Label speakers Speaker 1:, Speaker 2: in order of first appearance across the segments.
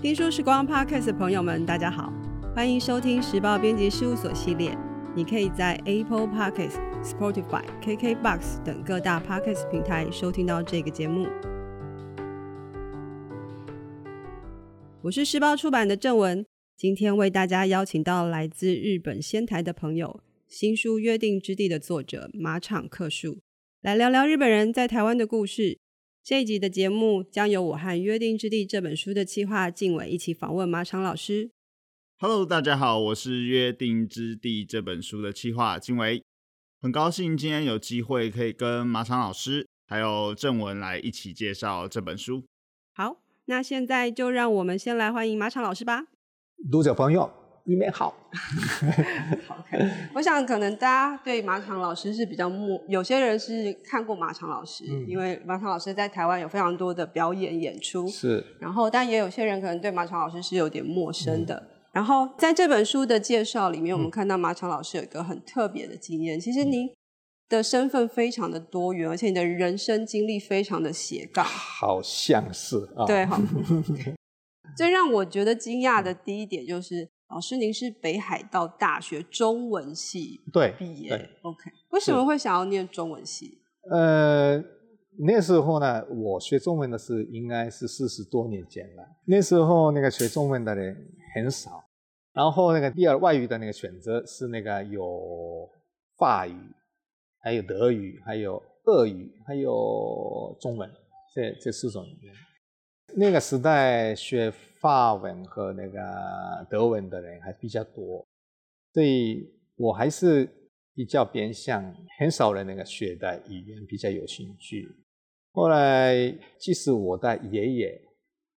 Speaker 1: 听书时光 Podcast 的朋友们，大家好，欢迎收听《时报编辑事务所》系列。你可以在 Apple Podcast、Spotify、KKBox 等各大 Podcast 平台收听到这个节目。我是时报出版的郑文，今天为大家邀请到来自日本仙台的朋友，新书《约定之地》的作者马场克树，来聊聊日本人在台湾的故事。这一集的节目将由我和《约定之地》这本书的企划静伟一起访问马场老师。
Speaker 2: Hello，大家好，我是《约定之地》这本书的企划金维，很高兴今天有机会可以跟马场老师还有郑文来一起介绍这本书。
Speaker 1: 好，那现在就让我们先来欢迎马场老师吧。
Speaker 3: 读者朋友，你们好。
Speaker 1: 好我想可能大家对马场老师是比较陌，有些人是看过马场老师，
Speaker 3: 嗯
Speaker 1: 因为马场老师在台湾有非常多的表演演出，
Speaker 3: 是，
Speaker 1: 然后但也有些人可能对马场老师是有点陌生的。
Speaker 3: 嗯
Speaker 1: 然后在这本书的介绍里面，我们看到马场老师有一个很特别的经验。其实
Speaker 3: 嗯
Speaker 1: 您的身份非常的多元，而且你的人生经历非常的斜杠。
Speaker 3: 好像是啊。
Speaker 1: 对， 好。最让我觉得惊讶的第一点就是，老师您是北海道大学中文系
Speaker 3: 对
Speaker 1: 毕业
Speaker 3: 对，
Speaker 1: ，OK？为什么会想要念中文系？
Speaker 3: 呃，那时候呢，我学中文的是应该是四十多年前了。那时候那个学中文的人很少，然后那个第二外语的那个选择是那个有法语，还有德语，还有俄语，还有中文这这四种语言。那个时代学法文和那个德文的人还比较多，所以我还是比较偏向很少人那个学的语言比较有兴趣。后来，即使我的爷爷，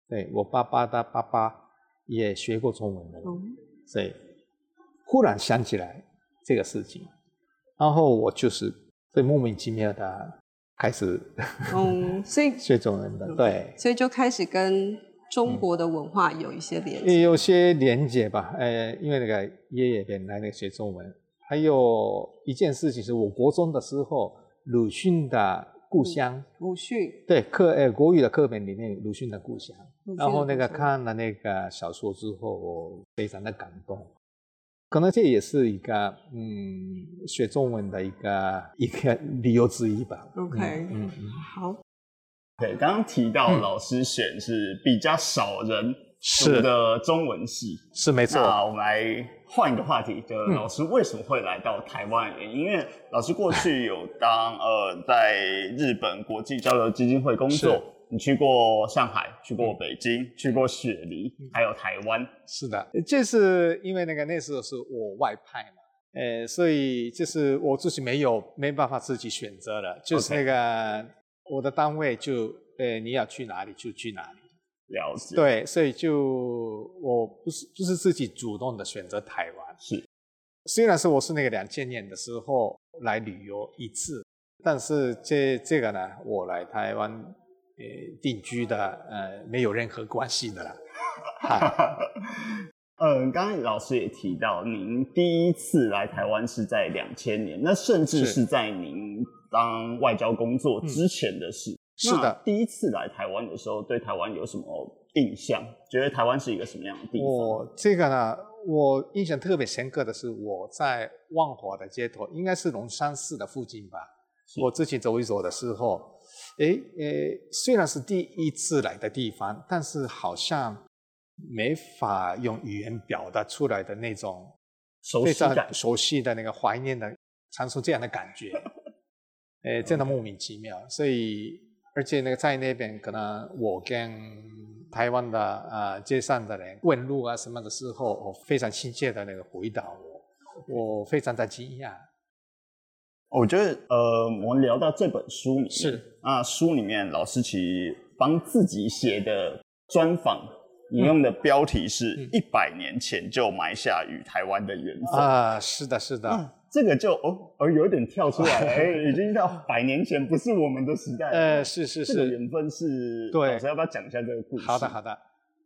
Speaker 3: 对我爸爸的爸爸也学过中文的人，
Speaker 1: 嗯，
Speaker 3: 所以忽然想起来这个事情，然后我就是所以莫名其妙的开始
Speaker 1: 嗯，所以
Speaker 3: 学中文
Speaker 1: 嗯
Speaker 3: 的， 对。嗯
Speaker 1: 所以就开始跟中国的文化有一些连接。
Speaker 3: 也有些连接吧，呃，因为那个爷爷本来那个学中文，还有一件事情是我国中的时候，鲁迅的故乡，
Speaker 1: 鲁迅，
Speaker 3: 对课呃国语的课本里面有鲁迅的故乡，
Speaker 1: 鲁迅的
Speaker 3: 然后那个
Speaker 1: 故乡，
Speaker 3: 看了那个小说之后，我非常的感动，可能这也是一个嗯学中文的一个一个理由之一吧。
Speaker 1: OK
Speaker 3: 嗯嗯嗯
Speaker 1: 好，
Speaker 2: 对，刚刚提到
Speaker 3: 嗯
Speaker 2: 老师选是比较少人
Speaker 3: 是
Speaker 2: 读的中文系，
Speaker 3: 是没错，
Speaker 2: 那我们来换一个话题，就是
Speaker 3: 嗯
Speaker 2: 老师为什么会来到台湾的原因？因为老师过去 有当呃在日本国际交流基金会工
Speaker 3: 是
Speaker 2: 作，你去过上海，去过北京，去过雪梨，还有台湾。
Speaker 3: 是的，就是因为那个那时候是我外派嘛，呃，所以就是我自己没有没办法自己选择了，就是那个我的单位就呃你要去哪里就去哪里，
Speaker 2: 了解，，
Speaker 3: 对，所以就我不是不是自己主动的选择台湾，
Speaker 2: 是
Speaker 3: 虽然是我是那个两千年的时候来旅游一次，但是这这个呢，我来台湾呃定居的呃没有任何关系的了，嗨。
Speaker 2: 嗯，刚刚老师也提到，您第一次来台湾是在两千年，那甚至
Speaker 3: 是嗯
Speaker 2: 是在您当外交工作之前的事。
Speaker 3: 是的
Speaker 2: 那第一次来台湾的时候，对台湾有什么印象？觉得台湾是一个什么样的地方？
Speaker 3: 我这个呢，我印象特别深刻的是我在万华的街头，应该是龙山寺的附近吧。
Speaker 2: 是
Speaker 3: 我自己走一走的时候，诶诶，虽然是第一次来的地方，但是好像没法用语言表达出来的那种
Speaker 2: 熟
Speaker 3: 非
Speaker 2: 悉感
Speaker 3: 常熟悉的那个怀念的，产生这样的感 觉，诶，真的莫名其妙。所以，而且那个在那边，可能我跟台湾的呃街上的人问路啊什么的时候，我非常亲切的那个回答我，我非常的惊讶。
Speaker 2: 我觉得，呃，我们聊到这本书里面，
Speaker 3: 是
Speaker 2: 啊，书里面老师其实帮自己写的专访，你用的标题是
Speaker 3: 嗯
Speaker 2: “一百年前就埋下与台湾的缘分”
Speaker 3: 啊，是的，是的，
Speaker 2: 啊，这个就哦，哦，有点跳出 来了，哎，已经到百年前，不是我们的时代了。
Speaker 3: 呃，是是
Speaker 2: 这个
Speaker 3: 是，
Speaker 2: 缘分是，
Speaker 3: 对
Speaker 2: 老师要不要讲一下这个故事？
Speaker 3: 好的，好的。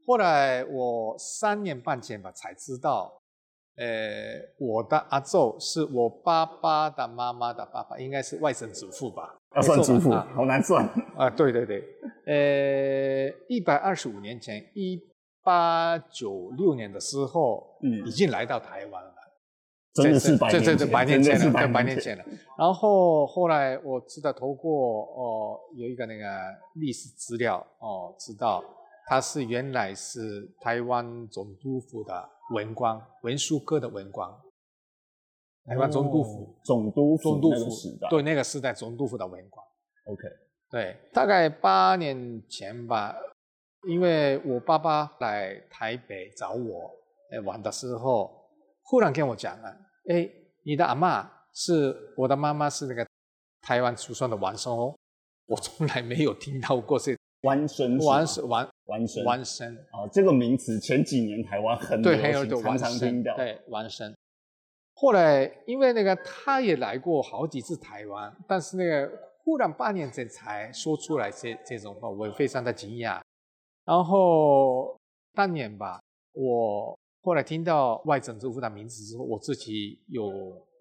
Speaker 3: 后来我三年半前吧才知道，呃，我的阿昼是我爸爸的妈妈的爸爸，应该是外甥祖父吧？
Speaker 2: 要算
Speaker 3: 没错
Speaker 2: 祖
Speaker 3: 吧
Speaker 2: 父，
Speaker 3: 啊
Speaker 2: 好难算。
Speaker 3: 啊，对对对，呃，一百二十五年前，一八九六年的时候，
Speaker 2: 嗯
Speaker 3: 已经来到台湾了。
Speaker 2: 真的是
Speaker 3: 这
Speaker 2: 百
Speaker 3: 这
Speaker 2: 年
Speaker 3: 这
Speaker 2: 前，
Speaker 3: 这
Speaker 2: 真
Speaker 3: 百年前
Speaker 2: 的是
Speaker 3: 了，对百年
Speaker 2: 年
Speaker 3: 前了。然后后来我知道通过哦、有一个那个历史资料哦、知道他是原来是台湾总督府的文官，文书科的文官，台湾总督府、
Speaker 2: 哦总督府
Speaker 3: 总督
Speaker 2: 那
Speaker 3: 府
Speaker 2: 个时代
Speaker 3: 对那个时代总督府的文官。
Speaker 2: ，OK，
Speaker 3: 对，大概八年前吧，因为我爸爸来台北找我，哎玩的时候，忽然跟我讲了，哎，你的阿妈是我的妈妈是那个台湾出生的王生哦， 我从来没有听到过这
Speaker 2: 弯身是吗
Speaker 3: 王生王
Speaker 2: 弯身
Speaker 3: 王生，
Speaker 2: 啊，这个名词前几年台湾很
Speaker 3: 对，
Speaker 2: 流
Speaker 3: 还有
Speaker 2: 行
Speaker 3: 就
Speaker 2: 常
Speaker 3: 王
Speaker 2: 常
Speaker 3: 生
Speaker 2: 听，到，
Speaker 3: 对王生。后来因为那个他也来过好几次台湾，但是那个忽然八年前才说出来这这种话，我也非常的惊讶。然后当年吧，我后来听到外政政府的名字之后，我自己有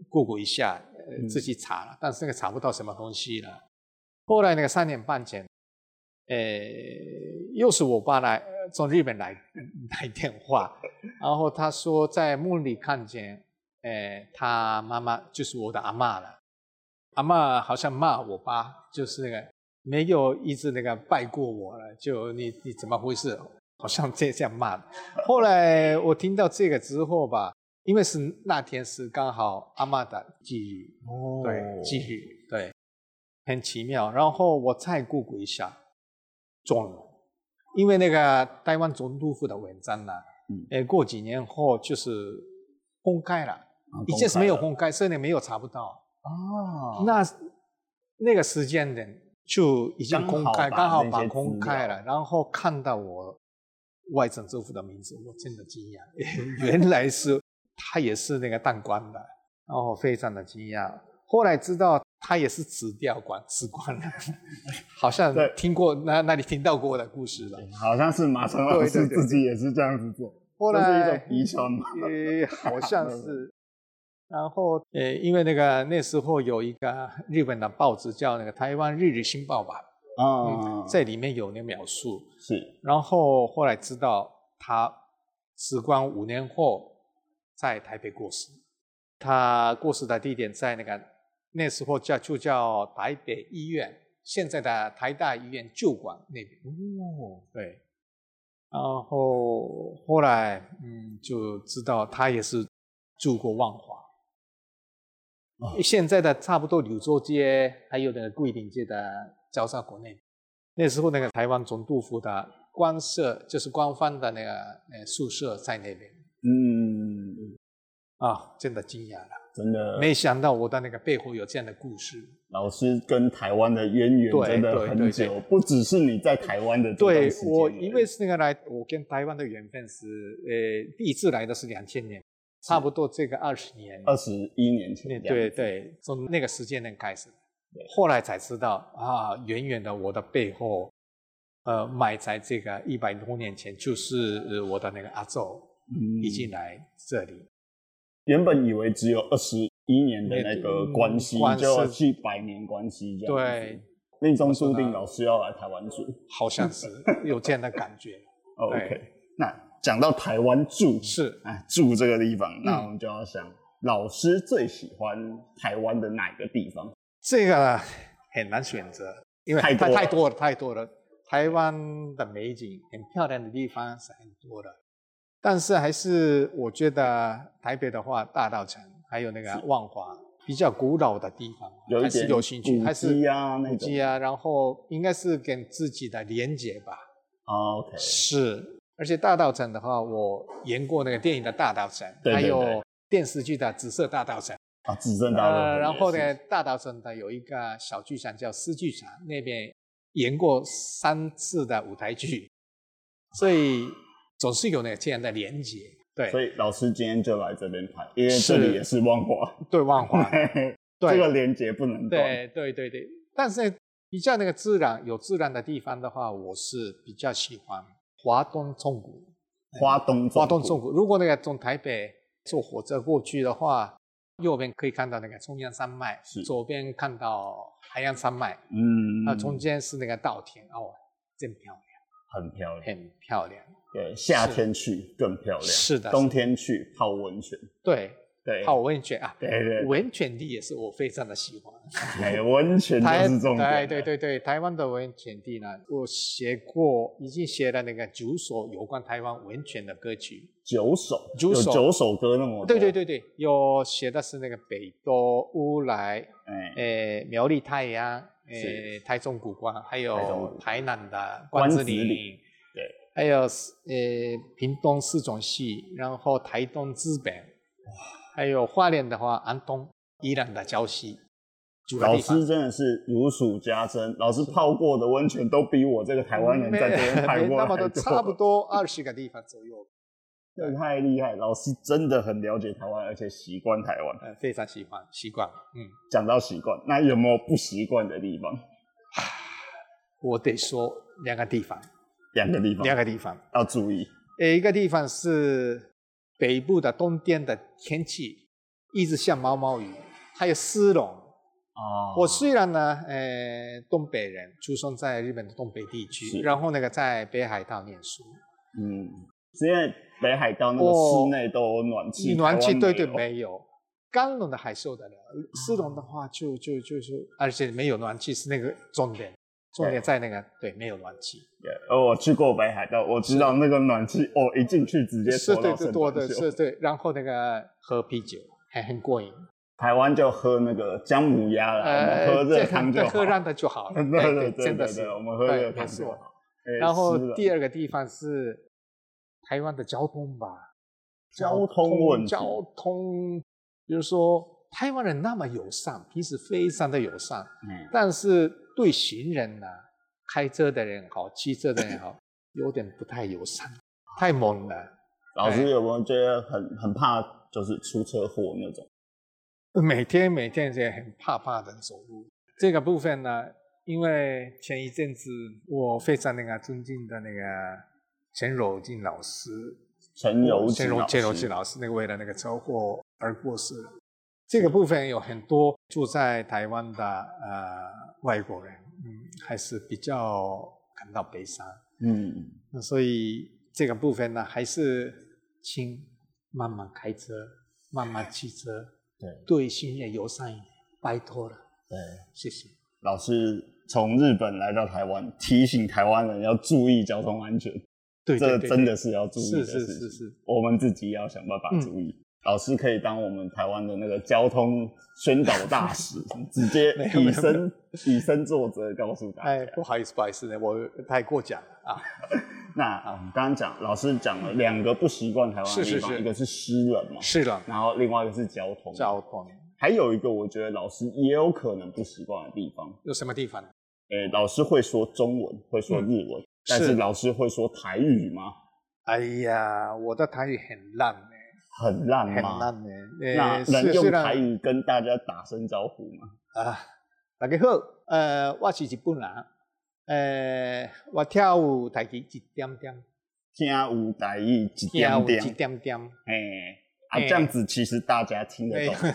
Speaker 3: Google 一下，呃
Speaker 2: 嗯
Speaker 3: 自己查了，但是那个查不到什么东西了。后来那个三年半前，呃，又是我爸来呃从日本来来电话，然后他说在梦里看见，呃，他妈妈就是我的阿嬷了，阿嬷好像骂我爸，就是那个没有一直那个拜过我了，就你你怎么回事？好像这样骂。后来我听到这个之后吧，因为是那天是刚好阿嬷的忌日，
Speaker 2: 哦
Speaker 3: 对，忌日，对，很奇妙。然后我再 Google 一下，中了，因为那个台湾总督府的文章呢、
Speaker 2: 嗯
Speaker 3: 呃，过几年后就是公开了，
Speaker 2: 啊
Speaker 3: 以前是没有
Speaker 2: 公
Speaker 3: 公开，所以你没有查不到。
Speaker 2: 啊，
Speaker 3: 那那个时间点就已经公开，
Speaker 2: 刚
Speaker 3: 刚
Speaker 2: 好把
Speaker 3: 好
Speaker 2: 那些
Speaker 3: 把公开
Speaker 2: 资
Speaker 3: 了，然后看到我外省政府的名字，我真的惊讶， 原来是他也是那个当官的，然后非常的惊讶。后来知道他也是辞掉官，辞官了， 好像
Speaker 2: 对
Speaker 3: 听过那那里听到过我的故事了。
Speaker 2: 好像是马成老师
Speaker 3: 对对对
Speaker 2: 自己也是这样子做，
Speaker 3: 后
Speaker 2: 这是一
Speaker 3: 来
Speaker 2: 种遗传嘛，
Speaker 3: 呃，好像是。然后呃，因为那个那时候有一个日本的报纸叫那个《台湾日日新报》吧，嗯
Speaker 2: 啊，
Speaker 3: 在里面有那描述。
Speaker 2: 是
Speaker 3: 然后后来知道他时光五年后在台北过世，他过世的地点在那个那时候叫就叫台北医院，现在的台大医院旧馆那边。哦，对。然后后来嗯就知道他也是住过万华。
Speaker 2: 哦
Speaker 3: 现在的差不多柳州街，还有那个桂林街的交叉口那边那时候那个台湾总督府的官舍，就是官方的那个呃宿舍在那边
Speaker 2: 嗯，
Speaker 3: 啊，真的惊讶了，
Speaker 2: 真的
Speaker 3: 没想到我的那个背后有这样的故事。
Speaker 2: 老师跟台湾的渊源
Speaker 3: 对
Speaker 2: 真的
Speaker 3: 对
Speaker 2: 很
Speaker 3: 对
Speaker 2: 久
Speaker 3: 对，
Speaker 2: 不只是你在台湾的这段
Speaker 3: 对
Speaker 2: 时间
Speaker 3: 我，
Speaker 2: 而已
Speaker 3: 因为是那个来，我跟台湾的缘分是，呃，第一次来的是两千年，差不多这个二十年。
Speaker 2: 二十一年
Speaker 3: 对
Speaker 2: 前，
Speaker 3: 对，对，从那个时间点开始，后来才知道啊，远远的我的背后，呃，埋在这个一百多年前，就是呃我的那个阿昼
Speaker 2: 嗯
Speaker 3: 已经来这里。
Speaker 2: 原本以为只有二十一年的那个
Speaker 3: 嗯
Speaker 2: 关系，
Speaker 3: 关系
Speaker 2: 就要去百年关系这样子
Speaker 3: 对，
Speaker 2: 命中注定老师要来台湾住。
Speaker 3: 好 像是有这样的感觉。
Speaker 2: 哦
Speaker 3: 对
Speaker 2: OK，那讲到台湾住，
Speaker 3: 是
Speaker 2: 哎，住这个地方，那我们就要想，老师最喜欢台湾的哪个地方？
Speaker 3: 这个很难选择，因为
Speaker 2: 太多
Speaker 3: 太
Speaker 2: 了
Speaker 3: 太多了，太多了。台湾的美景很漂亮的地方是很多的，但是还是我觉得台北的话，大道城还有那个万华比较古老的地方，
Speaker 2: 有一
Speaker 3: 还是
Speaker 2: 点
Speaker 3: 有兴趣，还是
Speaker 2: 古迹啊那
Speaker 3: 古
Speaker 2: 种
Speaker 3: 迹啊，然后应该是跟自己的连接吧。
Speaker 2: 哦 OK，
Speaker 3: 是，而且大道城的话，我演过那个电影的大道城，
Speaker 2: 对对
Speaker 3: 还
Speaker 2: 对
Speaker 3: 有电视剧的紫色大道城。
Speaker 2: 啊，执政大陆、
Speaker 3: 呃，然后呢，，大稻城的有一个小剧场叫诗剧场，那边演过三次的舞台剧，所以总是有那这样的连接。
Speaker 2: 所
Speaker 3: 对，
Speaker 2: 以老师今天就来这边拍，因为
Speaker 3: 是
Speaker 2: 这里也是万华，
Speaker 3: 对，万华，对
Speaker 2: 这个连接不能断。
Speaker 3: 对对对对。但是比较那个自然有自然的地方的话，我是比较喜欢华东纵谷。
Speaker 2: 花东
Speaker 3: 华东纵
Speaker 2: 谷
Speaker 3: 谷，如果那个从台北坐火车过去的话，右边可以看到那个中央山脉
Speaker 2: 是，
Speaker 3: 左边看到海洋山脉。
Speaker 2: 嗯，
Speaker 3: 那中间是那个稻田哦，真漂亮。
Speaker 2: 很漂亮。
Speaker 3: 很漂亮。
Speaker 2: 对，夏天去更漂亮。
Speaker 3: 是的
Speaker 2: 冬天去泡温泉。
Speaker 3: 对，
Speaker 2: 对，
Speaker 3: 泡温泉啊，
Speaker 2: 对对对
Speaker 3: 温泉地也是我非常的喜欢。哎
Speaker 2: 哎温泉就是重点。啊
Speaker 3: 对对，对对，台湾的温泉地呢，我写过，已经写了那个九首有关台湾温泉的歌曲。
Speaker 2: 九首，
Speaker 3: 九首
Speaker 2: 有九首歌那么多。
Speaker 3: 对对，对对，有写的是那个北多、乌来、
Speaker 2: 哎，
Speaker 3: 呃苗栗太阳、呃
Speaker 2: 是
Speaker 3: 台中古关，还
Speaker 2: 台中古
Speaker 3: 有
Speaker 2: 关
Speaker 3: 台南的
Speaker 2: 关
Speaker 3: 子
Speaker 2: 子
Speaker 3: 岭，
Speaker 2: 岭对，
Speaker 3: 还有呃屏东四种戏，然后台东资本，还有花莲的话安东、宜兰的礁溪，主要
Speaker 2: 老
Speaker 3: 地方
Speaker 2: 师真的是如数家珍，老师泡过的温泉都比我这个台湾人在这边
Speaker 3: 没
Speaker 2: 泡
Speaker 3: 没
Speaker 2: 过
Speaker 3: 那
Speaker 2: 的
Speaker 3: 么
Speaker 2: 还
Speaker 3: 多，
Speaker 2: 多，
Speaker 3: 差不多二十个地方左右，
Speaker 2: 这太厉害，老师真的很了解台湾，而且习惯台湾。
Speaker 3: 呃，非常喜欢习惯。嗯，
Speaker 2: 讲到习惯，那有没有不习惯的地方？
Speaker 3: 我得说两个地方，
Speaker 2: 哦两个地方
Speaker 3: 两个地方，
Speaker 2: 要注意，
Speaker 3: 呃，一个地方是北部的冬天的天气，一直下毛毛雨，还有湿冷。
Speaker 2: 哦
Speaker 3: 我虽然呢，呃，东北人，出生在日本的东北地区，
Speaker 2: 是
Speaker 3: 然后那个在北海道念书，
Speaker 2: 嗯，因为北海道那个室内都有暖气，
Speaker 3: 哦暖气
Speaker 2: 台湾
Speaker 3: 对对
Speaker 2: 有，
Speaker 3: 没有，干冷的还受得了，湿冷的话就就就是，而且没有暖气是那个重点，重点在那个对没有暖气。
Speaker 2: 而我去过北海道，我知道那个暖气，哦，一进去直接
Speaker 3: 是
Speaker 2: 缩
Speaker 3: 对
Speaker 2: 到
Speaker 3: 对
Speaker 2: 圣
Speaker 3: 多
Speaker 2: 诞
Speaker 3: 的
Speaker 2: 袖
Speaker 3: 是。对，然后那个喝啤酒还很过瘾，
Speaker 2: 台湾就喝那个姜母鸭了，我们喝热汤就
Speaker 3: 这
Speaker 2: 好。
Speaker 3: 哎喝热的就好了，
Speaker 2: 对
Speaker 3: 对
Speaker 2: 对对
Speaker 3: 真的
Speaker 2: 对
Speaker 3: 是
Speaker 2: 对我们喝
Speaker 3: 对
Speaker 2: 热汤
Speaker 3: 没
Speaker 2: 就
Speaker 3: 错。
Speaker 2: 好。哎
Speaker 3: 然后
Speaker 2: 是的
Speaker 3: 第二个地方是台湾的交通吧，
Speaker 2: 交通问题
Speaker 3: 交通，比如说台湾人那么友善，平时非常的友善，
Speaker 2: 嗯
Speaker 3: 但是对行人呢、开车的人好，骑车的人好，有点不太友善，太猛了。
Speaker 2: 老
Speaker 3: 哎
Speaker 2: 师有没有觉得很很怕，就是出车祸那种？
Speaker 3: 每天每天也很怕怕的走路。这个部分呢，因为前一阵子我非常那个尊敬的那个陈柔静老师，
Speaker 2: 陈柔
Speaker 3: 陈柔陈柔静老师那个为了那个车祸而过世了。这个部分有很多住在台湾的呃外国人，嗯，还是比较感到悲伤。
Speaker 2: 嗯，
Speaker 3: 那所以这个部分呢，还是请慢慢开车，慢慢骑车，
Speaker 2: 对
Speaker 3: 对新人友善一点，拜托了，
Speaker 2: 对，
Speaker 3: 谢谢。
Speaker 2: 老师从日本来到台湾，提醒台湾人要注意交通安全，
Speaker 3: 对对
Speaker 2: 这
Speaker 3: 对
Speaker 2: 真
Speaker 3: 对
Speaker 2: 的是要注意的
Speaker 3: 是
Speaker 2: 事
Speaker 3: 是
Speaker 2: 情。
Speaker 3: 是嗯是，
Speaker 2: 我们自己要想办法注意。老师可以当我们台湾的那个交通宣导大 使，直接
Speaker 3: 没有没有
Speaker 2: 以身 以身作则，告诉大
Speaker 3: 哎
Speaker 2: 家，。
Speaker 3: 不好意思，不好意思呢，我太过奖了
Speaker 2: 哦
Speaker 3: 啊。
Speaker 2: 那啊我们刚刚讲，老师讲了两个不习惯台湾的地
Speaker 3: 是
Speaker 2: 方，
Speaker 3: 是是
Speaker 2: 一个是湿冷嘛，
Speaker 3: 是了，
Speaker 2: 然后另外一个是交通，
Speaker 3: 交通
Speaker 2: 还有一个我觉得老师也有可能不习惯的地方，
Speaker 3: 有什么地方？
Speaker 2: 诶、老师会说中文，会说日文，但是
Speaker 3: 嗯是
Speaker 2: 老师会说台语吗？
Speaker 3: 哎呀，我的台语很烂呢，
Speaker 2: 很烂
Speaker 3: 很
Speaker 2: 吗？
Speaker 3: 烂呢。
Speaker 2: 那
Speaker 3: 呃，
Speaker 2: 能
Speaker 3: 是
Speaker 2: 用
Speaker 3: 虽
Speaker 2: 台
Speaker 3: 然
Speaker 2: 语跟大家打声招呼吗？
Speaker 3: 啊，大家好，呃，我是日本人，呃，我跳舞台语一点点，
Speaker 2: 听有台语一
Speaker 3: 跳
Speaker 2: 点
Speaker 3: 舞一
Speaker 2: 点，
Speaker 3: 点点。哎
Speaker 2: 哎、啊，
Speaker 3: 嘿
Speaker 2: 这样子其实大家听得
Speaker 3: 没有
Speaker 2: 懂，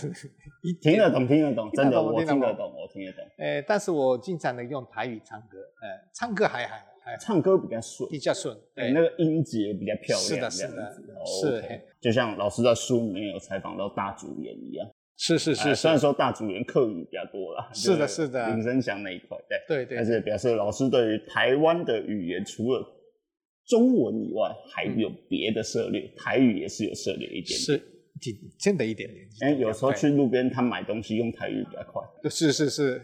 Speaker 2: 听得懂，听得懂，
Speaker 3: 听
Speaker 2: 真
Speaker 3: 得
Speaker 2: 的
Speaker 3: 懂
Speaker 2: 我
Speaker 3: 听
Speaker 2: 听
Speaker 3: 得
Speaker 2: 得
Speaker 3: 懂
Speaker 2: 懂，我听得懂。
Speaker 3: 呃，但是我经常的用台语唱歌，呃，唱歌还还还
Speaker 2: 唱歌比较顺，
Speaker 3: 比较顺，哎
Speaker 2: 对，
Speaker 3: 对
Speaker 2: 哎那个音节比较漂亮，
Speaker 3: 是的
Speaker 2: 这样
Speaker 3: 是的
Speaker 2: 子
Speaker 3: 是
Speaker 2: OK 就像老师在书里面有采访到大主演一样，
Speaker 3: 是是
Speaker 2: 哎
Speaker 3: 是
Speaker 2: 虽
Speaker 3: 是
Speaker 2: 然，说大主演客语比较多啦，
Speaker 3: 是
Speaker 2: 就
Speaker 3: 的
Speaker 2: 是
Speaker 3: 的
Speaker 2: 林声祥那一块，对，
Speaker 3: 对对
Speaker 2: 但，是表示老师对于台湾的语言，除了中文以外，还有别的涉猎，台语也是有涉猎一点点。
Speaker 3: 是挺真的一点点。
Speaker 2: 哎，有时候
Speaker 3: 对
Speaker 2: 去路边摊买东西用台语比较快
Speaker 3: 是是是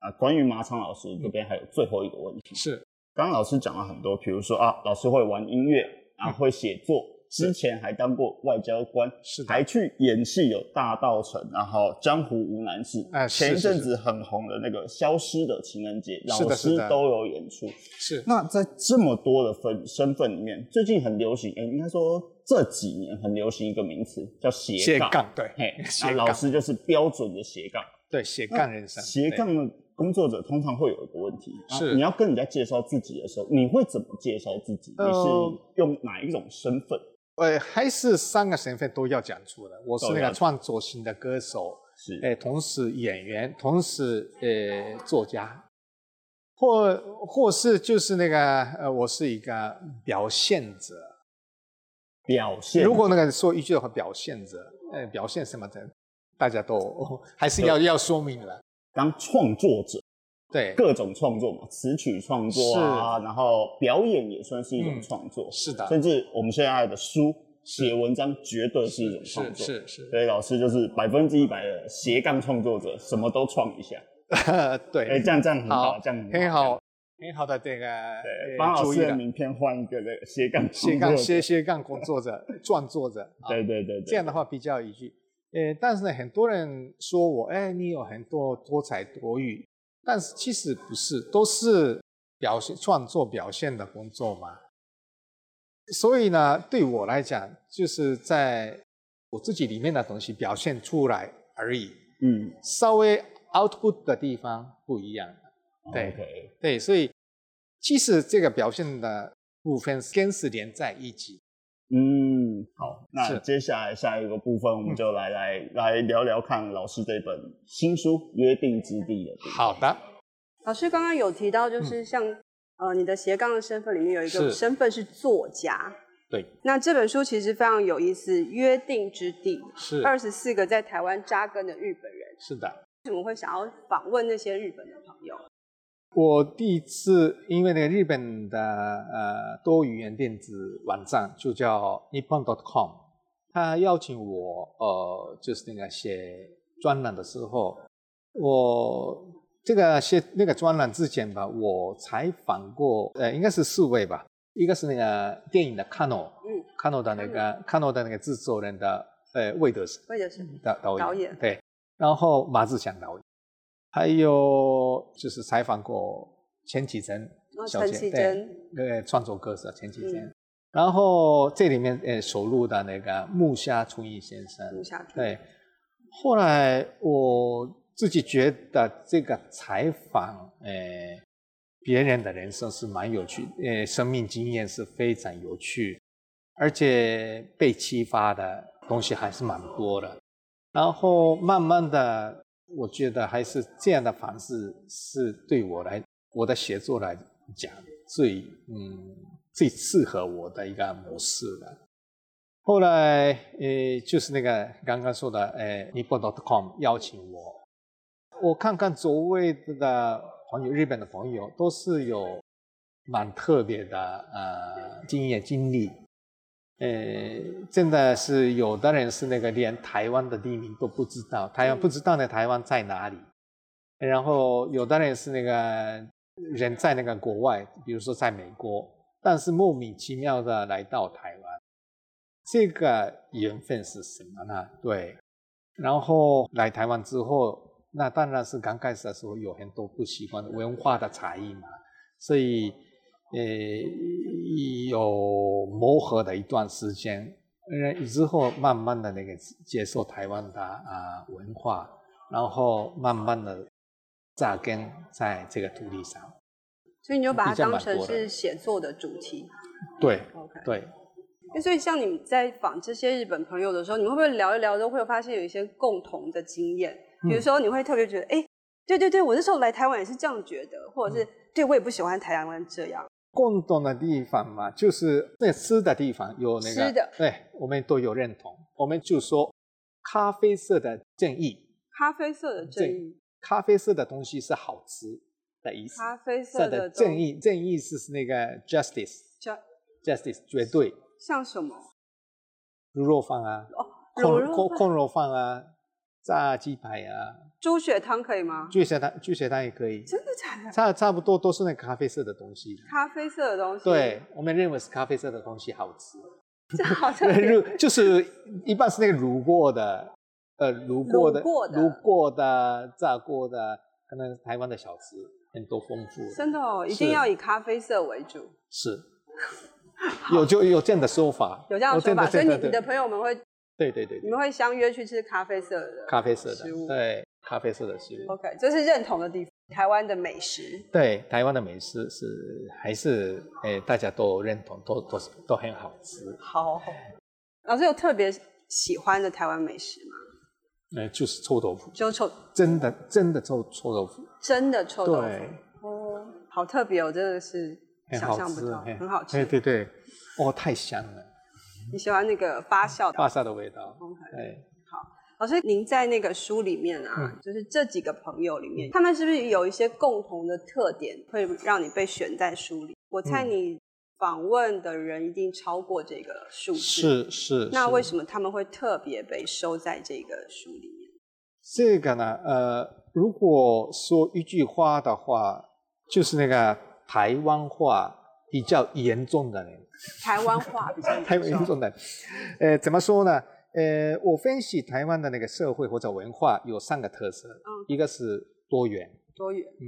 Speaker 2: 啊。关于马场老师这边还有最后一个问题，
Speaker 3: 是，
Speaker 2: 刚刚老师讲了很多，比如说啊，老师会玩音乐，啊，
Speaker 3: 嗯
Speaker 2: 会写作，之前还当过外交官，
Speaker 3: 是的
Speaker 2: 还去演戏有《大道城》，然后《江湖无难事》
Speaker 3: 哎是
Speaker 2: 前一阵
Speaker 3: 是
Speaker 2: 子很红的那个《消失的情人节》，
Speaker 3: 是的
Speaker 2: 老师
Speaker 3: 是的
Speaker 2: 都有演出。
Speaker 3: 是
Speaker 2: 那在这么多的分身份里面，最近很流行，哎、应该说这几年很流行一个名词叫斜
Speaker 3: 斜
Speaker 2: 杠，
Speaker 3: 杠，对
Speaker 2: 嘿，
Speaker 3: 斜
Speaker 2: 那
Speaker 3: 杠
Speaker 2: 老师就是标准的斜杠。
Speaker 3: 对斜杠人生，
Speaker 2: 斜
Speaker 3: 对
Speaker 2: 杠的工作者通常会有一个问题，啊
Speaker 3: 是
Speaker 2: 你要跟人家介绍自己的时候，你会怎么介绍自己？你
Speaker 3: 呃
Speaker 2: 是用哪一种身份？
Speaker 3: 呃，还是三个身份都要讲出的。我是
Speaker 2: 都
Speaker 3: 那
Speaker 2: 要
Speaker 3: 个创作型的歌手，
Speaker 2: 是
Speaker 3: 呃，同时演员，同时呃作家，或或是就是那个呃，我是一个表现者。
Speaker 2: 表现。
Speaker 3: 如果那个说一句的话，表现者，呃，表现什么的，大家都还是要要说明了。
Speaker 2: 当创作者，
Speaker 3: 对，
Speaker 2: 各种创作嘛，词曲创作啊，然后表演也算是一种创作，
Speaker 3: 嗯是啊的，
Speaker 2: 甚至我们现在的书写文章绝对是一种创作。
Speaker 3: 是是
Speaker 2: 所以老师就是百分之一百的斜杠创作者，什么都创一下。
Speaker 3: 是，
Speaker 2: 哎、
Speaker 3: 对，
Speaker 2: 这样这样很好，
Speaker 3: 好
Speaker 2: 这样很好。
Speaker 3: 很
Speaker 2: 这样
Speaker 3: 好，很好的这个
Speaker 2: 对，
Speaker 3: 呃
Speaker 2: 帮老
Speaker 3: 注
Speaker 2: 师
Speaker 3: 意
Speaker 2: 的
Speaker 3: 了。
Speaker 2: 名片换一个这个斜杠创
Speaker 3: 斜
Speaker 2: 作
Speaker 3: 杠
Speaker 2: 者
Speaker 3: 斜斜杠工作者、 创作 者，啊
Speaker 2: 对对对对，
Speaker 3: 这样的话比较有依据。呃，但是呢，很多人说我，哎，你有很多多才多艺，但是其实不是，都是表现创作表现的工作嘛。所以呢，对我来讲，就是在我自己里面的东西表现出来而已，
Speaker 2: 嗯，
Speaker 3: 稍微 output 的地方不一样。对
Speaker 2: 哦 OK
Speaker 3: 对，所以其实这个表现的部分跟是连在一起。
Speaker 2: 嗯，好，那
Speaker 3: 是
Speaker 2: 接下来下一个部分，我们就来、来来聊聊看老师这本新书《约定之地》的地方
Speaker 3: 好的，
Speaker 1: 老师刚刚有提到，就是像、呃你的斜杠的身份里面有一个
Speaker 3: 嗯是
Speaker 1: 身份是作家。
Speaker 3: 对，
Speaker 1: 那这本书其实非常有意思，《约定之地》
Speaker 3: 是
Speaker 1: 二十四个在台湾扎根的日本人，
Speaker 3: 是的。
Speaker 1: 为什么会想要访问那些日本的朋友？
Speaker 3: 我第一次因为那个日本的呃多语言电子网站就叫 nippon.com，他邀请我呃就是那个写专栏的时候，我这个写那个专栏之前吧，我采访过呃应该是四位吧，一个是那个电影的 Kano，
Speaker 1: 嗯
Speaker 3: ，Kano 的那个 Kano 的那个制作人的呃魏德森，
Speaker 1: 为的是
Speaker 3: 导导演，
Speaker 1: 导演
Speaker 3: 对，然后马志祥导演，还有就是采访过钱启贞
Speaker 1: 哦
Speaker 3: 小姐，
Speaker 1: 陈绮
Speaker 3: 对，呃，创作歌手钱启贞，
Speaker 1: 嗯
Speaker 3: 然后这里面呃收录的那个木下春一先生，
Speaker 1: 木下春
Speaker 3: 对，后来我自己觉得这个采访，呃，别人的人生是蛮有趣，呃，生命经验是非常有趣，而且被启发的东西还是蛮多的。然后慢慢的，我觉得还是这样的方式是对我来我的写作来讲最嗯最适合我的一个模式了。后来，呃，就是那个刚刚说的，呃，nippon.com 邀请我，我看看周围的朋友，日本的朋友都是有蛮特别的呃经验经历，呃，真的是有的人是那个连台湾的地名都不知道，台湾不知道呢，台湾在哪里，然后有的人是那个人在那个国外，比如说在美国，但是莫名其妙的来到台湾。这个缘分是什么呢？对，然后来台湾之后，那当然是刚开始的时候有很多不习惯的文化的差异嘛，所以呃有磨合的一段时间，呃之后慢慢的那个接受台湾的啊、文化，然后慢慢的扎根在这个土地上。
Speaker 1: 所以你就把它
Speaker 3: 比较
Speaker 1: 当
Speaker 3: 蛮
Speaker 1: 成
Speaker 3: 多的
Speaker 1: 是写作的主题。
Speaker 3: 对
Speaker 1: OK。
Speaker 3: 对，
Speaker 1: 那所以像你在访这些日本朋友的时候，你会不会聊一聊都会有发现有一些共同的经验？比
Speaker 3: 嗯
Speaker 1: 如说你会特别觉得，哎、对对对，我那时候来台湾也是这样觉得，或
Speaker 3: 嗯
Speaker 1: 者是、对我也不喜欢台湾这样。
Speaker 3: 共同的地方嘛，就是那吃的地方有那个
Speaker 1: 吃的
Speaker 3: 对，我们都有认同。我们就说咖啡色的正义，
Speaker 1: 咖啡色的正义，
Speaker 3: 咖啡色的东西是好吃的意思。
Speaker 1: 咖啡
Speaker 3: 色
Speaker 1: 色
Speaker 3: 的
Speaker 1: 的
Speaker 3: 正，义，正义是那个 justice，justice
Speaker 1: 像
Speaker 3: 绝对
Speaker 1: 像什么？
Speaker 3: 猪肉饭啊，
Speaker 1: 卤
Speaker 3: 控
Speaker 1: 肉
Speaker 3: 控
Speaker 1: 饭
Speaker 3: 控肉饭啊，炸鸡排啊，
Speaker 1: 猪血汤可以吗？
Speaker 3: 巨血汤巨血汤也可以，
Speaker 1: 真的假的？
Speaker 3: 差差不多都是那个咖啡色的东西。
Speaker 1: 咖啡色的东西，
Speaker 3: 对，我们认为是咖啡色的东西好吃。
Speaker 1: 这好 像
Speaker 3: 对，
Speaker 1: 也
Speaker 3: 如就是一般是那个卤过的，呃，卤过的、
Speaker 1: 卤过的
Speaker 3: 卤过的炸过的，可能是台湾的小吃很多丰富的，
Speaker 1: 真的哦，一定
Speaker 3: 是
Speaker 1: 要以咖啡色为主，
Speaker 3: 是有就有这样哦的说法，
Speaker 1: 有这样
Speaker 3: 有
Speaker 1: 的说
Speaker 3: 这样
Speaker 1: 法。所以
Speaker 3: 这
Speaker 1: 你
Speaker 3: 样
Speaker 1: 你的朋友们会，
Speaker 3: 对对对
Speaker 1: 你
Speaker 3: 对，
Speaker 1: 们会相约去吃咖啡色的
Speaker 3: 咖啡色
Speaker 1: 食
Speaker 3: 的，
Speaker 1: 物
Speaker 3: 对，咖啡色的食物，
Speaker 1: OK，这是认同的地方，台湾的美食。
Speaker 3: 对，台湾的美食是还是诶、大家都认同，都都是都很好吃，
Speaker 1: 好，老师有特别喜欢的台湾美食吗？
Speaker 3: 呃，就是臭豆腐，
Speaker 1: 就臭，
Speaker 3: 真的真的臭臭豆腐，
Speaker 1: 真的臭豆
Speaker 3: 对
Speaker 1: 腐。哦，好特别哦，真的是
Speaker 3: 很
Speaker 1: 想
Speaker 3: 好
Speaker 1: 象不
Speaker 3: 吃
Speaker 1: 到，，
Speaker 3: 嘿
Speaker 1: 很好
Speaker 3: 对
Speaker 1: 吃。
Speaker 3: 对对，哦，太香了，
Speaker 1: 你喜欢那个发酵的
Speaker 3: 巴萨的味道。哎
Speaker 1: 风格
Speaker 3: 对，
Speaker 1: 老师，您在那个书里面啊，
Speaker 3: 嗯
Speaker 1: 就是这几个朋友里面，他们是不是有一些共同的特点，会让你被选在书里？我猜
Speaker 3: 嗯
Speaker 1: 你访问的人一定超过这个数字。。
Speaker 3: 是是。
Speaker 1: 那
Speaker 3: 是
Speaker 1: 为什么他们会特别被收在这个书里面？
Speaker 3: 这个呢？呃，如果说一句话的话，就是那个台湾话比较严重的人，
Speaker 1: 台湾话比较 严
Speaker 3: 台湾严重的人，
Speaker 1: 啊
Speaker 3: 呃，怎么说呢？呃，我分析台湾的那个社会或者文化有三个特色，
Speaker 1: 嗯
Speaker 3: 一个是多元，
Speaker 1: 多元
Speaker 3: 嗯，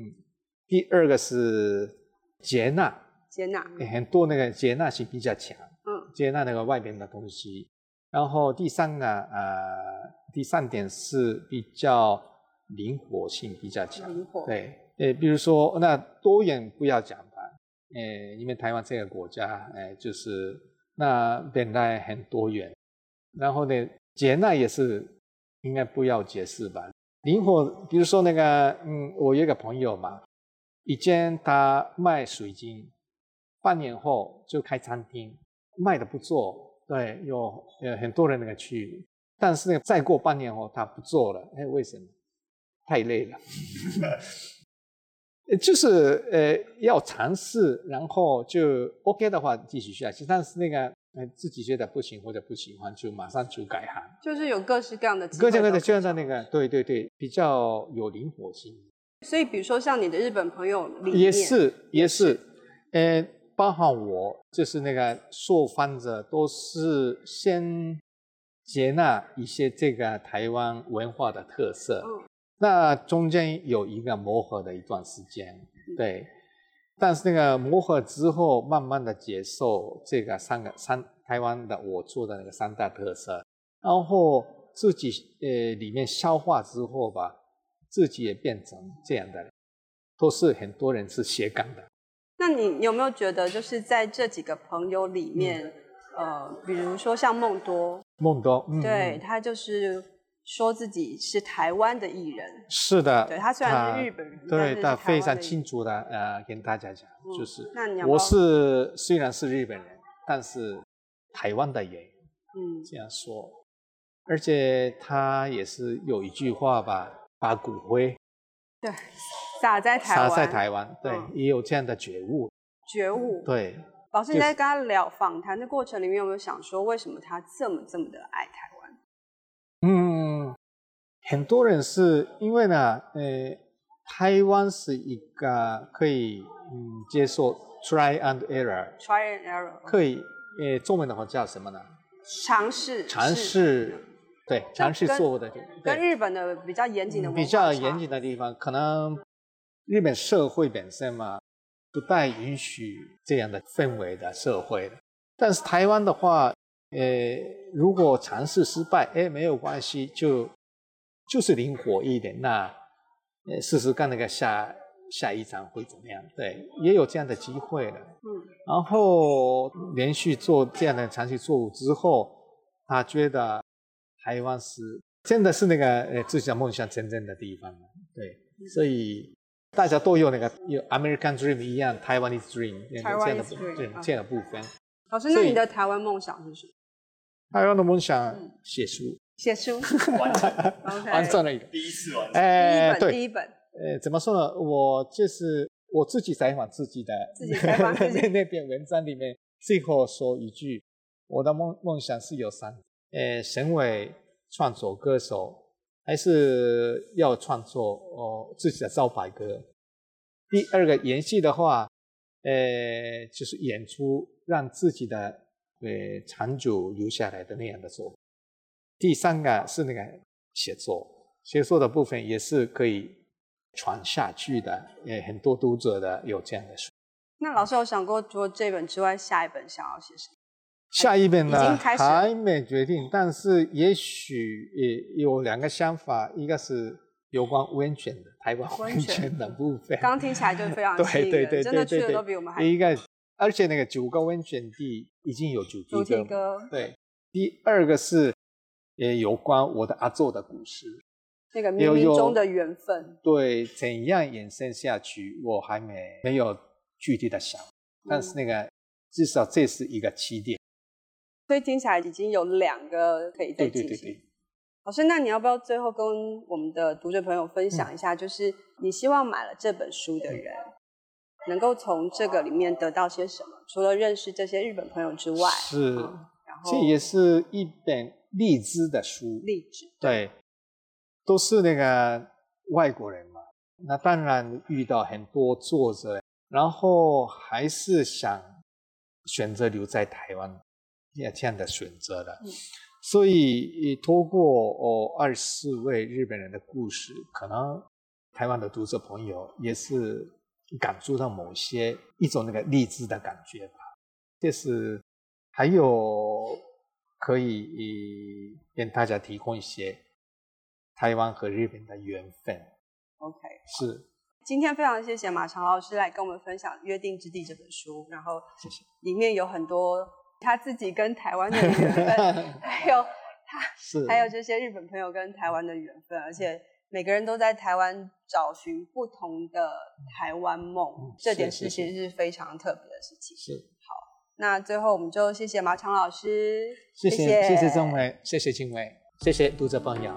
Speaker 3: 第二个是接纳，
Speaker 1: 接 纳，
Speaker 3: 很多那个接纳性比较强，
Speaker 1: 嗯，
Speaker 3: 接纳那个外边的东西。然后第三个呃，第三点是比较灵活性比较强，
Speaker 1: 灵活，，
Speaker 3: 对，呃，比如说那多元不要讲吧，呃，因为台湾这个国家，呃，就是那本来很多元，然后呢，接纳也是应该不要解释吧。灵活，比如说那个，嗯，我有一个朋友嘛，以前他卖水晶，半年后就开餐厅，卖的不错，对，有有很多人那个去，但是呢，再过半年后他不做了，哎，为什么？太累了。呃就是呃要尝试，然后就 OK 的话继续下去，但是那个呃自己觉得不行或者不喜欢，就马上就改行。
Speaker 1: 就是有各式各样的机
Speaker 3: 各
Speaker 1: 会
Speaker 3: 家
Speaker 1: 都
Speaker 3: 各
Speaker 1: 可
Speaker 3: 的
Speaker 1: 以
Speaker 3: 就像那个，对对对，比较有灵活性，
Speaker 1: 所以比如说像你的日本朋友里面，
Speaker 3: 也是也是，呃，包含我就是那个受访者都是先接纳一些这个台湾文化的特色，
Speaker 1: 嗯
Speaker 3: 那中间有一个磨合的一段时间
Speaker 1: 嗯，
Speaker 3: 对。但是那个磨合之后，慢慢的接受这个三个三台湾的我做的那个三大特色，然后自己呃里面消化之后吧，自己也变成这样的人，都是很多人是斜杠的。
Speaker 1: 那你有没有觉得，就是在这几个朋友里面，呃，比如说像梦多，
Speaker 3: 梦多，嗯、
Speaker 1: 对
Speaker 3: 嗯，
Speaker 1: 他就是说自己是台湾的艺人，
Speaker 3: 是的，
Speaker 1: 对他虽然是日本人，但是
Speaker 3: 对，
Speaker 1: 是台
Speaker 3: 他
Speaker 1: 湾
Speaker 3: 非常
Speaker 1: 的艺
Speaker 3: 清楚的呃跟大家讲，
Speaker 1: 嗯
Speaker 3: 就是
Speaker 1: 那你要不要
Speaker 3: 我是虽然是日本人，但是台湾的演员。
Speaker 1: 嗯，
Speaker 3: 这样说，而且他也是有一句话吧，把骨灰
Speaker 1: 对，撒在台
Speaker 3: 撒
Speaker 1: 湾，
Speaker 3: 在台湾，对，
Speaker 1: 嗯
Speaker 3: 也有这样的觉悟，
Speaker 1: 觉悟。
Speaker 3: 对，
Speaker 1: 老师，
Speaker 3: 就
Speaker 1: 你
Speaker 3: 是
Speaker 1: 在跟他聊访谈的过程里面，有没有想说，为什么他这么这么的爱台湾？
Speaker 3: 嗯，很多人是因为呢，呃，台湾是一个可以嗯接受 try and error，
Speaker 1: Try and error，
Speaker 3: 可以，呃，中文的话叫什么呢？
Speaker 1: 尝试
Speaker 3: 尝试，对，尝试做的地，对
Speaker 1: 跟日本的比较严谨的
Speaker 3: 嗯
Speaker 1: 文化
Speaker 3: 比
Speaker 1: 差
Speaker 3: 较严谨的地方，可能日本社会本身嘛，不太允许这样的氛围的社会的。但是台湾的话，呃，如果尝试失败，哎，没有关系，就就是灵活一点，那呃，试试看那个下下一场会怎么样？对，也有这样的机会的。
Speaker 1: 嗯，
Speaker 3: 然后连续做这样的长期作物之后，他觉得台湾是真的是那个呃自己的梦想成真的地方，啊对，所以大家都有那个有 American Dream 一样台湾 is dream
Speaker 1: 台湾
Speaker 3: 这样的
Speaker 1: is dream，
Speaker 3: 对
Speaker 1: 啊
Speaker 3: 这样的部分。
Speaker 1: 老师，那
Speaker 3: 所以
Speaker 1: 你的台湾梦想是什么？
Speaker 3: 台湾的梦想
Speaker 1: 嗯
Speaker 3: 写书，
Speaker 1: 写 书，
Speaker 2: 完成
Speaker 1: OK
Speaker 3: 完成了一个。
Speaker 2: 第一次完成，
Speaker 1: 第
Speaker 3: 哎，
Speaker 1: 一本，第
Speaker 3: 对，
Speaker 1: 一本，
Speaker 3: 呃，怎么说呢？我就是我自己采访自己的，
Speaker 1: 自己采访自己
Speaker 3: 那那 篇文章里面最后说一句，我的梦梦想是有三，呃，成为创作歌手，还是要创作哦自己的招牌歌。第二个延续的话，呃，就是演出让自己的呃长久留下来的那样的作品。第三个是那个写作，写作的部分也是可以传下去的，也很多读者的有这样的书。
Speaker 1: 那老师有想过，除了这本之外，下一本想要写什么？
Speaker 3: 下一本
Speaker 1: 已
Speaker 3: 呢
Speaker 1: 经开始了
Speaker 3: 还没决定，但是也许也有两个想法，一个是有关温泉的台湾
Speaker 1: 温
Speaker 3: 温
Speaker 1: 泉
Speaker 3: 泉的部分，
Speaker 1: 刚听起来就非 常吸
Speaker 3: 对
Speaker 1: 引
Speaker 3: 对
Speaker 1: 人，
Speaker 3: 对
Speaker 1: 真的
Speaker 3: 对
Speaker 1: 去的
Speaker 3: 对哎对，
Speaker 1: 都比我们还
Speaker 3: 一个，而且那个九个温泉地已经有主题
Speaker 1: 主题
Speaker 3: 歌嘛
Speaker 1: 歌。
Speaker 3: 呃对，第二个是也有关我的阿祖的故事，
Speaker 1: 那个冥
Speaker 4: 有
Speaker 1: 冥
Speaker 4: 有
Speaker 1: 中的缘分。
Speaker 4: 对怎样延伸下去，我还没没有具体的想，但
Speaker 1: 嗯
Speaker 4: 是那个至少这是一个起点。
Speaker 1: 所以听起来已经有两个可以再
Speaker 4: 对对
Speaker 1: 进
Speaker 4: 对
Speaker 1: 行
Speaker 4: 对。
Speaker 1: 老师，那你要不要最后跟我们的读者朋友分
Speaker 4: 嗯
Speaker 1: 享一下，就是你希望买了这本书的人，能够从这个里面得到些什么？除了认识这些日本朋友之外，
Speaker 4: 是
Speaker 1: 嗯然后
Speaker 4: 这也是一本励志的书。
Speaker 1: 励志，
Speaker 4: 对，都是那个外国人嘛，那当然遇到很多作者，然后还是想选择留在台湾，也这样的选择的。
Speaker 1: 嗯
Speaker 4: 所以，呃通过哦二十四位日本人的故事，可能台湾的读者朋友也是感受到某些一种那个励志的感觉吧。这是还有可以呃跟大家提供一些台湾和日本的缘分。
Speaker 1: OK。
Speaker 4: 是，
Speaker 1: 今天非常谢谢马长老师来跟我们分享《约定之地》这本书，然后
Speaker 4: 谢谢。
Speaker 1: 里面有很多他自己跟台湾的缘 分，还有
Speaker 4: 是，
Speaker 1: 还有这些日本朋友跟台湾的缘分，
Speaker 4: 嗯
Speaker 1: 而且每个人都在台湾找寻不同的台湾梦
Speaker 4: 嗯，
Speaker 1: 这点
Speaker 4: 是
Speaker 1: 事
Speaker 4: 是
Speaker 1: 情是非常特别的事情。
Speaker 4: 是，
Speaker 1: 那最后我们就谢谢马场老师，
Speaker 4: 谢谢谢谢郑伟，谢谢金伟，谢谢读者朋友。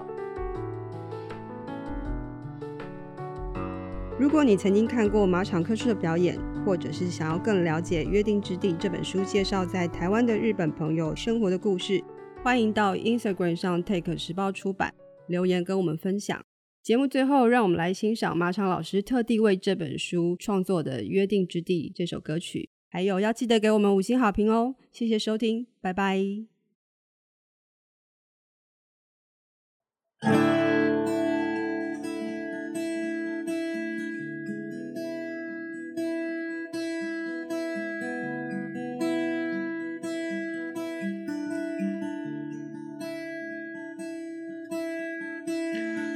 Speaker 1: 如果你曾经看过马场克树的表演，或者是想要更了解《约定之地》这本书介绍在台湾的日本朋友生活的故事，欢迎到 Instagram 上 Take 时报出版留言跟我们分享。节目最后，让我们来欣赏马场老师特地为这本书创作的《约定之地》这首歌曲，还有要记得给我们五星好评哦！谢谢收听，拜拜。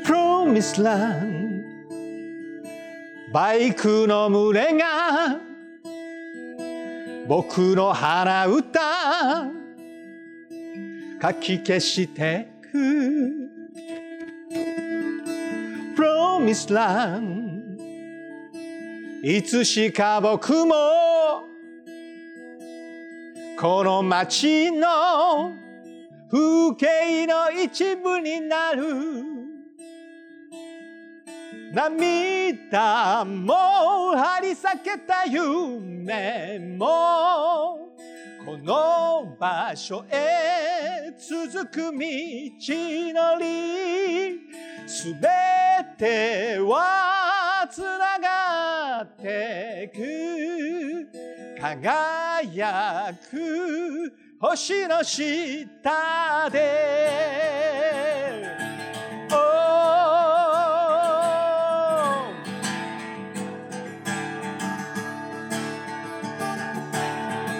Speaker 4: Promise Land バイクの群れが僕の鼻歌かき消してく Promise Land いつしか僕もこの街の風景の一部になる涙も張り裂けた夢もこの場所へ続く道のりすべてはつながってく輝く星の下で Oh.「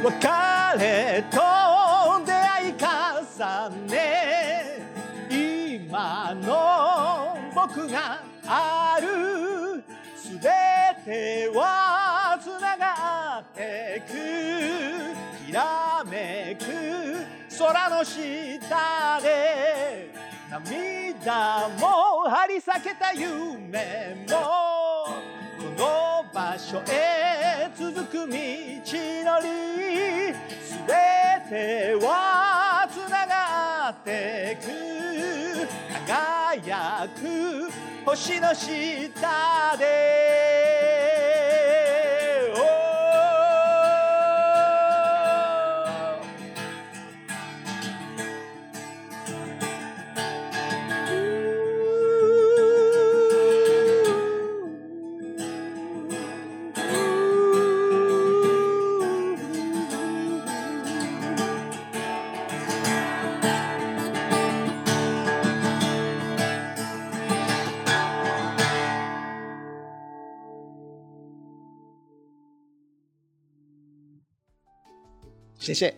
Speaker 4: 別れと出会い重ね」「今の僕がある」「すべてはつながってく」「きらめく空の下で」「涙も張り裂けた夢も」この場所へ続く道のりすべてはつながってく輝く星の下で、Oh 谢谢。